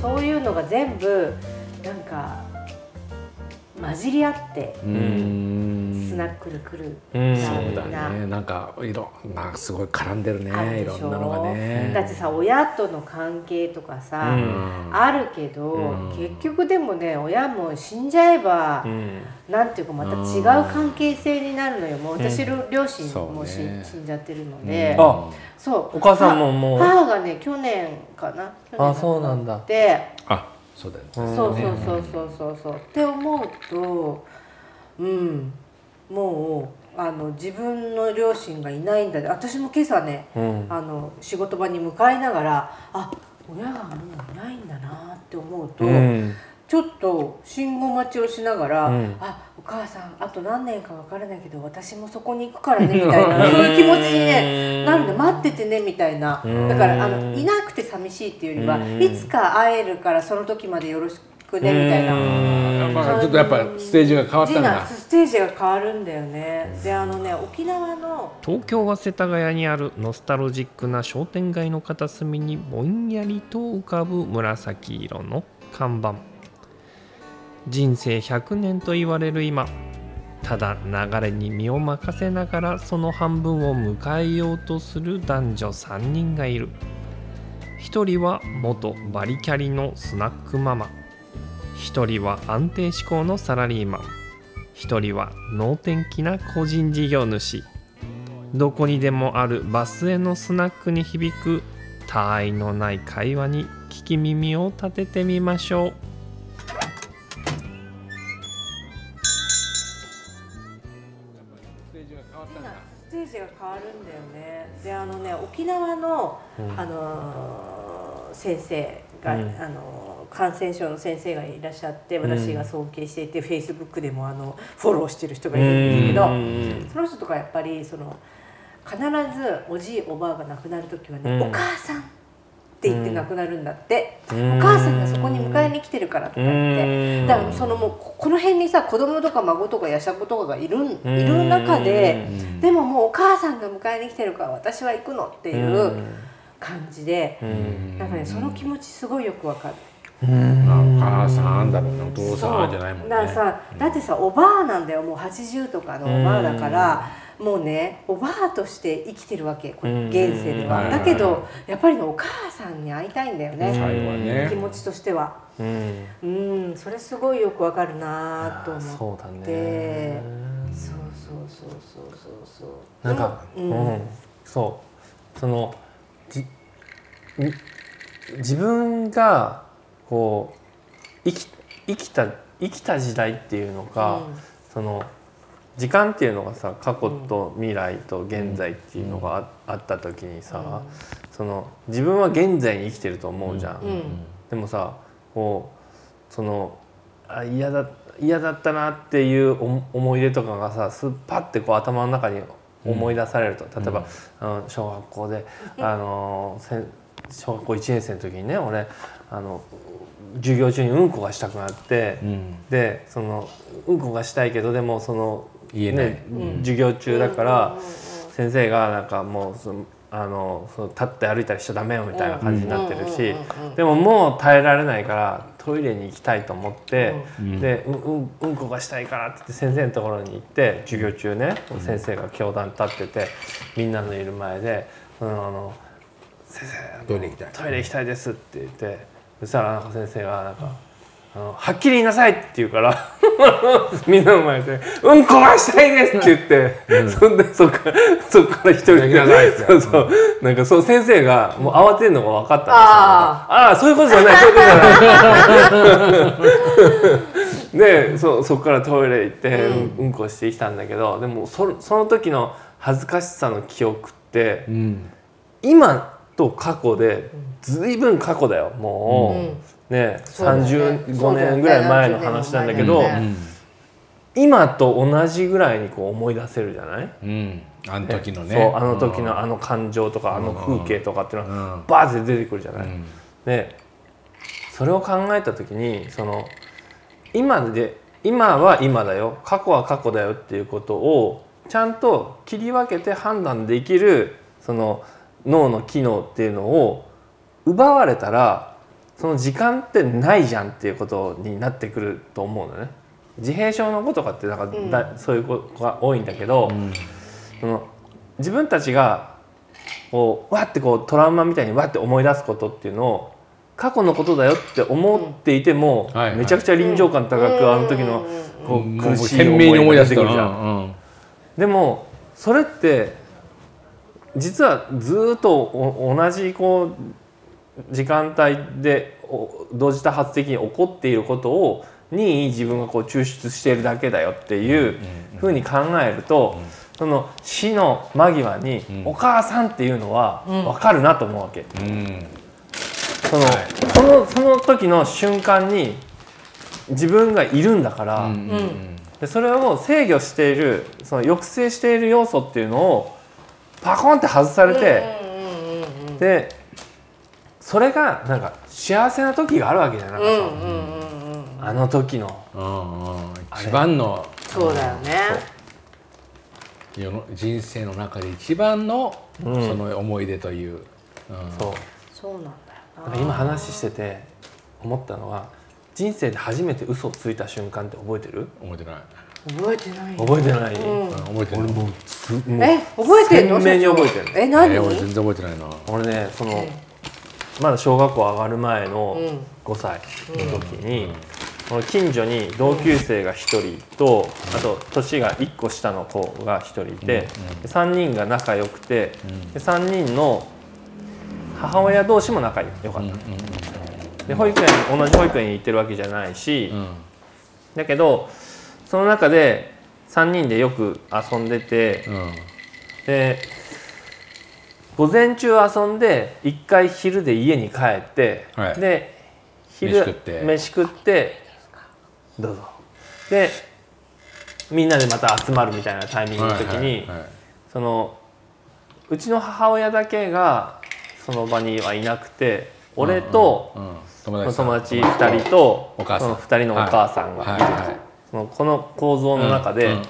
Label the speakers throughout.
Speaker 1: そういうのが全部なんか混じり合って
Speaker 2: うん
Speaker 1: スナックルくる
Speaker 3: うん
Speaker 1: な
Speaker 2: そうだ
Speaker 1: みんな
Speaker 2: ねなんかいろんなすごい絡んでる
Speaker 1: ある
Speaker 2: ね
Speaker 1: で
Speaker 2: いろ
Speaker 1: し
Speaker 2: んなのが
Speaker 1: ょ、
Speaker 2: ね
Speaker 1: だってさ親との関係とかさ、
Speaker 3: う
Speaker 2: うんん
Speaker 1: あるけど、
Speaker 2: うん
Speaker 1: 結局でもね親も死んじゃえば、
Speaker 3: うん
Speaker 1: なんていうかまた違う関係性になるのよもう私の両親もし、
Speaker 2: そうね
Speaker 1: 死んじゃってるので、
Speaker 3: あ
Speaker 1: そう
Speaker 3: お母さんももう
Speaker 1: 母がね去年かな去年
Speaker 3: あそうなんだ
Speaker 1: で
Speaker 2: あそうだよね
Speaker 1: そうそうそうそうそうそうって思うとうんもうあの自分の両親がいないんだで私も今朝ね
Speaker 3: うん
Speaker 1: あの仕事場に向かいながらあ親がもういないんだなって思うと、
Speaker 3: うん
Speaker 1: ちょっと信号待ちをしながら、
Speaker 3: うん
Speaker 1: あお母さんあと何年か分からないけど私もそこに行くからねみたいなそういう気持ちに、ね、なるの待っててねみたいな
Speaker 3: うん
Speaker 1: だからあのいなくて寂しいっていうより
Speaker 3: う
Speaker 1: は
Speaker 3: ん
Speaker 1: いつか会えるからその時までよろしくねみたいな。
Speaker 2: やっ
Speaker 3: な
Speaker 2: ぱちょっとやっぱステージが変わっ
Speaker 1: ジ
Speaker 2: たん
Speaker 1: ー
Speaker 2: だ
Speaker 1: ナステージが変わるんだよね。であのね沖縄の
Speaker 3: 東京は世田谷にあるノスタルジックな商店街の片隅にぼんやりと浮かぶ紫色の看板人生100年と言われる今ただ流れに身を任せながらその半分を迎えようとする男女3人がいる1人は元バリキャリのスナックママ1人は安定志向のサラリーマン1人は能天気な個人事業主どこにでもあるバスへのスナックに響く他愛のない会話に聞き耳を立ててみましょう
Speaker 1: ジーナステージが変わるんだよね。であのね沖縄の、
Speaker 3: うん
Speaker 1: あのー先生が、
Speaker 3: うん
Speaker 1: あのー感染症の先生がいらっしゃって私が尊敬していて、フェイスブックでもあのフォローしてる人がいるんですけど、その人とかやっぱりその必ずおじいおばあが亡くなる時はね、
Speaker 3: うん
Speaker 1: お母さんって言って亡くなるんだって、
Speaker 3: うん
Speaker 1: お母さんがそこに迎えに来てるからとか言って。だからそのもうここの辺にさ子供とか孫とかやしゃ子とかがいるんいる中で
Speaker 2: うん
Speaker 1: でももうお母さんが迎えに来てるから私は行くのっていう感じでなんかねその気持ちすごいよくわかる。
Speaker 2: お母さんだろうねお父さ
Speaker 1: そ
Speaker 2: ん
Speaker 1: う
Speaker 2: じゃないもんね
Speaker 1: だからさだってさおばあなんだよもう80とかのおばあだからもうねおばあとして生きてるわけこ
Speaker 3: うん
Speaker 1: れ現世で
Speaker 2: は
Speaker 1: はいだけどやっぱりねお母さんに会いたいんだよね
Speaker 2: 最後は
Speaker 1: 気
Speaker 2: ね
Speaker 1: 持ちとしてはうんそれすごいよくわかるなと思
Speaker 3: そうだ
Speaker 1: っ
Speaker 3: ね
Speaker 1: て。そうそうそうそうそうそう
Speaker 3: なんか、
Speaker 1: う
Speaker 3: うんんそうそのじみ自分がこう生き生きた生きた時代っていうのか、
Speaker 1: うん
Speaker 3: その時間っていうのがさ過去と未来と現在っていうのがあ,、った時にさ、その自分は現在に生きてると思うじゃん、
Speaker 1: うん
Speaker 3: でもさこうそのあ嫌だ嫌だったなっていう思思い出とかがさすっぱってこう頭の中に思い出されると、例えば、あの小学校であのせん小学校1年生の時にね俺あの授業中にうんこがしたくなって、
Speaker 2: うん
Speaker 3: でそのうんこがしたいけどでもその
Speaker 2: 言えない
Speaker 3: ね
Speaker 1: うん
Speaker 3: 授業中だから。
Speaker 1: うんうんうん
Speaker 3: 先生がなんかもうそのあのその立って歩いたりしちゃダメよみたいな感じになってるし
Speaker 1: うんうんうん
Speaker 3: でももう耐えられないからトイレに行きたいと思って、
Speaker 2: うん
Speaker 3: でううんうんこがしたいからって言って先生のところに行って授業中ね先生が教壇に立っててみんなのいる前で「うんあの先生
Speaker 2: トイレ行きたい
Speaker 3: トイレ行きたいです」って言ってそしたらなんか先生がなんか。あのはっきり言いなさいって言うから みんなの前で「うんこがしたいです」って言って、そんでそっからそっから一人
Speaker 2: やりなさいって
Speaker 3: そうそうなんかそう先生がもう慌てるのが分かったんですよ
Speaker 1: あ
Speaker 3: ああそういうことじゃないそういうことじゃないでそそこからトイレ行ってうんうんこしてきたんだけどでもそその時の恥ずかしさの記憶って
Speaker 2: うん
Speaker 3: 今と過去でずいぶん過去だよもう、
Speaker 1: うん
Speaker 3: ね
Speaker 1: そうだよね
Speaker 3: 35年ぐらい前の話なんだけど
Speaker 1: そうだよね
Speaker 3: 今と同じぐらいにこう思い出せるじゃない
Speaker 2: うんあの時のね
Speaker 3: そうあの時のあの感情とかあの風景とかっていうの
Speaker 2: う
Speaker 3: が
Speaker 2: ん
Speaker 3: バーって出てくるじゃない、
Speaker 2: うん
Speaker 3: でそれを考えた時にその今で今は今だよ過去は過去だよっていうことをちゃんと切り分けて判断できるその脳の機能っていうのを奪われたらその時間ってないじゃんっていうことになってくると思うのね自閉症の子とかってなんかだ、そういう子が多いんだけど、その自分たちがこうわってこうトラウマみたいにわって思い出すことっていうのを過去のことだよって思っていても、
Speaker 2: うんはいはい
Speaker 3: めちゃくちゃ臨場感高く、あの時のこう苦しい思い
Speaker 2: に思
Speaker 3: が
Speaker 2: い
Speaker 3: 出
Speaker 2: 出
Speaker 3: て
Speaker 2: して
Speaker 3: くる
Speaker 2: くる
Speaker 3: じ
Speaker 2: じ
Speaker 3: ゃ
Speaker 2: ゃ
Speaker 3: ん。
Speaker 2: ん
Speaker 3: でもそれって実はずっとお同じこう時間帯でお同時多発的に起こっていることをに自分がこう抽出しているだけだよっていうふうに考えると、その死の間際に「お母さん」っていうのは分かるなと思うわけ。
Speaker 2: うん
Speaker 3: そのそのその時の瞬間に自分がいるんだから。
Speaker 2: うんうんうん
Speaker 3: でそれを制御しているその抑制している要素っていうのをパコンって外されて、でそれがなんか幸せな時があるわけじゃなくて、あの時の
Speaker 2: うんうん一番の
Speaker 1: そうだよね
Speaker 2: 世の人生の中で一番のそ
Speaker 3: ん
Speaker 2: の思い出といううん
Speaker 3: そう
Speaker 1: そうなんだよ
Speaker 3: なん
Speaker 1: な
Speaker 3: か今話してて思ったのは人生で初めて嘘をついた瞬間って覚えてる
Speaker 2: 覚えてない
Speaker 1: 覚えてない
Speaker 3: 覚えてない、
Speaker 2: うん覚えてない
Speaker 3: もう
Speaker 1: え覚えてんの
Speaker 3: 鮮明に覚えてる
Speaker 1: え何
Speaker 2: えー俺全然覚えてないな
Speaker 3: 俺ねそのまだ小学校上がる前の
Speaker 1: うん
Speaker 3: 5歳の時に、この近所に同級生が1人と、あと年が1個下の子が1人いて、で3人が仲良くて、で3人の母親同士も仲良かった、で保育園同じ保育園に行ってるわけじゃないし、だけどその中で3人でよく遊んでて、
Speaker 2: うん
Speaker 3: で午前中遊んで一回昼で家に帰って、
Speaker 2: はい
Speaker 3: で昼
Speaker 2: 飯食って
Speaker 3: 飯食ってどうぞでみんなでまた集まるみたいなタイミングの時に、
Speaker 2: はいはい
Speaker 3: そのうちの母親だけがその場にはいなくて俺と
Speaker 2: うんうん
Speaker 3: そ
Speaker 2: 友
Speaker 3: の
Speaker 2: 達さん
Speaker 3: 友達2人と
Speaker 2: お母さ
Speaker 3: そ
Speaker 2: ん
Speaker 3: の2人のお母さんが、
Speaker 2: はいはい
Speaker 3: そのこの構造の中で、
Speaker 2: うんうんうん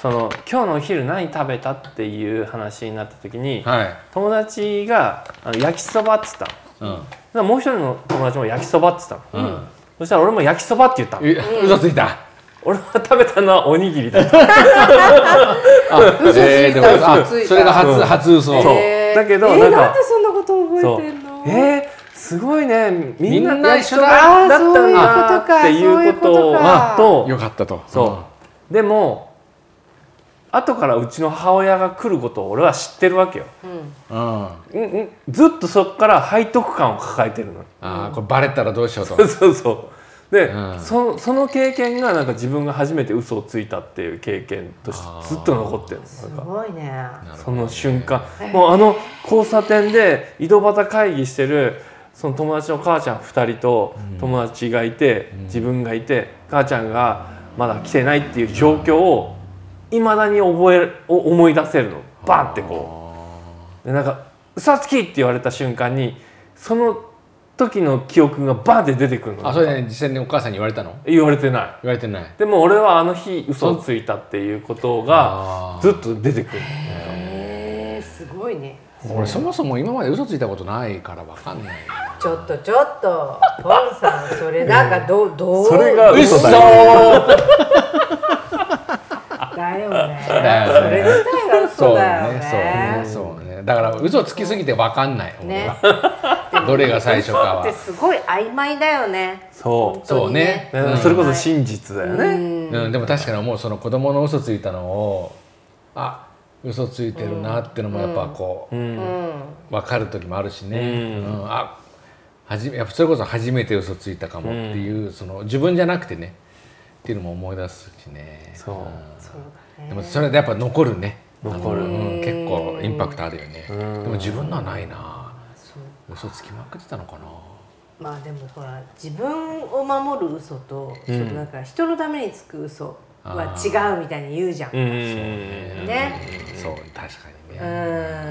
Speaker 3: その今日のお昼何食べたっていう話になった時に、
Speaker 2: はい
Speaker 3: 友達があの焼きそばっつったのだか
Speaker 2: うん
Speaker 3: らもう一人の友達も焼きそばっつったの、
Speaker 2: うん
Speaker 3: そしたら俺も焼きそばって言ったの
Speaker 2: え嘘ついた
Speaker 3: 俺が食べたのはおにぎりだった
Speaker 1: 嘘ついた
Speaker 2: あえーでもあ
Speaker 1: 嘘ついた
Speaker 2: それが初
Speaker 3: うん
Speaker 2: 初嘘
Speaker 1: えー
Speaker 3: だけど
Speaker 1: えー
Speaker 3: なんか
Speaker 1: なんでそんなこと
Speaker 3: そう
Speaker 1: 覚えてんの
Speaker 3: えー、すごいねみんな
Speaker 2: みんな
Speaker 3: 焼き
Speaker 2: 一
Speaker 3: そ
Speaker 2: 緒
Speaker 3: ば
Speaker 2: だ
Speaker 3: だったんだっていうこと
Speaker 1: あー
Speaker 3: と
Speaker 2: よかったと
Speaker 3: そうでも後からうちの母親が来ることを俺は知ってるわけよ、
Speaker 1: うん
Speaker 2: うんあ
Speaker 3: うんうん、ずっとそこから背徳感を抱えてるの
Speaker 2: あこれバレたらどうしようと
Speaker 3: そうそうで、
Speaker 2: うん
Speaker 3: そその経験がなんか自分が初めて嘘をついたっていう経験と
Speaker 2: あ
Speaker 3: して
Speaker 2: ー
Speaker 3: ずっと残ってるの
Speaker 1: す
Speaker 3: なんか
Speaker 1: ごいね
Speaker 3: その瞬間もうあの交差点で井戸端会議してるその友達の母ちゃん2人と友達がいて、自分がいて母ちゃんがまだ来てないっていう状況をいまだに覚えるお思い出せるのバンってこうでなんか「嘘つき!」って言われた瞬間にその時の記憶がバンって出てくるの
Speaker 2: あそれね実際にお母さんに言われたの
Speaker 3: 言われてない
Speaker 2: 言われてない
Speaker 3: でも俺はあの日嘘をついたっていうことが
Speaker 2: あー
Speaker 3: ずっと出てくる
Speaker 1: えーすごいね
Speaker 2: 俺そもそも今まで嘘ついたことないからわかんない
Speaker 1: ちょっとちょっとポンさんそれなんかどうどう
Speaker 3: それが嘘だ
Speaker 2: よ
Speaker 1: だよねそれ自
Speaker 2: だよね
Speaker 1: 体が嘘だよね
Speaker 2: そうねそうねだから嘘つきすぎてわかんない俺
Speaker 1: ね
Speaker 2: はどれが最初
Speaker 1: 嘘
Speaker 2: か
Speaker 1: って
Speaker 2: は
Speaker 1: すごい曖昧だよね
Speaker 3: そ
Speaker 1: 本
Speaker 3: う
Speaker 1: 当に
Speaker 2: そうね
Speaker 3: ねそれこそ真実だよね、
Speaker 2: うんでも確かにもうその子供の嘘ついたのをあ嘘ついてるなってのもやっぱこう分かる時もあるしねうんあはじめやっぱそれこそ初めて嘘ついたかもっていうその自分じゃなくてねっていうのも思い出すしね
Speaker 3: そう
Speaker 1: そうだね
Speaker 2: でもそれでやっぱ残るね
Speaker 3: 残る
Speaker 2: あのうん結構インパクトあるよねでも自分のはないな嘘つきまくってたのかな
Speaker 1: まあでもほら自分を守る嘘と、そのなんか人のためにつく嘘は違うみたいに言うじゃん、
Speaker 3: うん
Speaker 1: ね、
Speaker 2: そう確かに
Speaker 1: う
Speaker 2: ね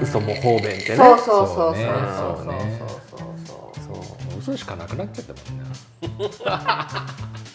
Speaker 1: ん、
Speaker 3: 嘘も方便ってね
Speaker 1: そうそうそうそうそう
Speaker 2: そうね
Speaker 1: そうそうそうそう
Speaker 2: 嘘しかなくなっちゃったもんな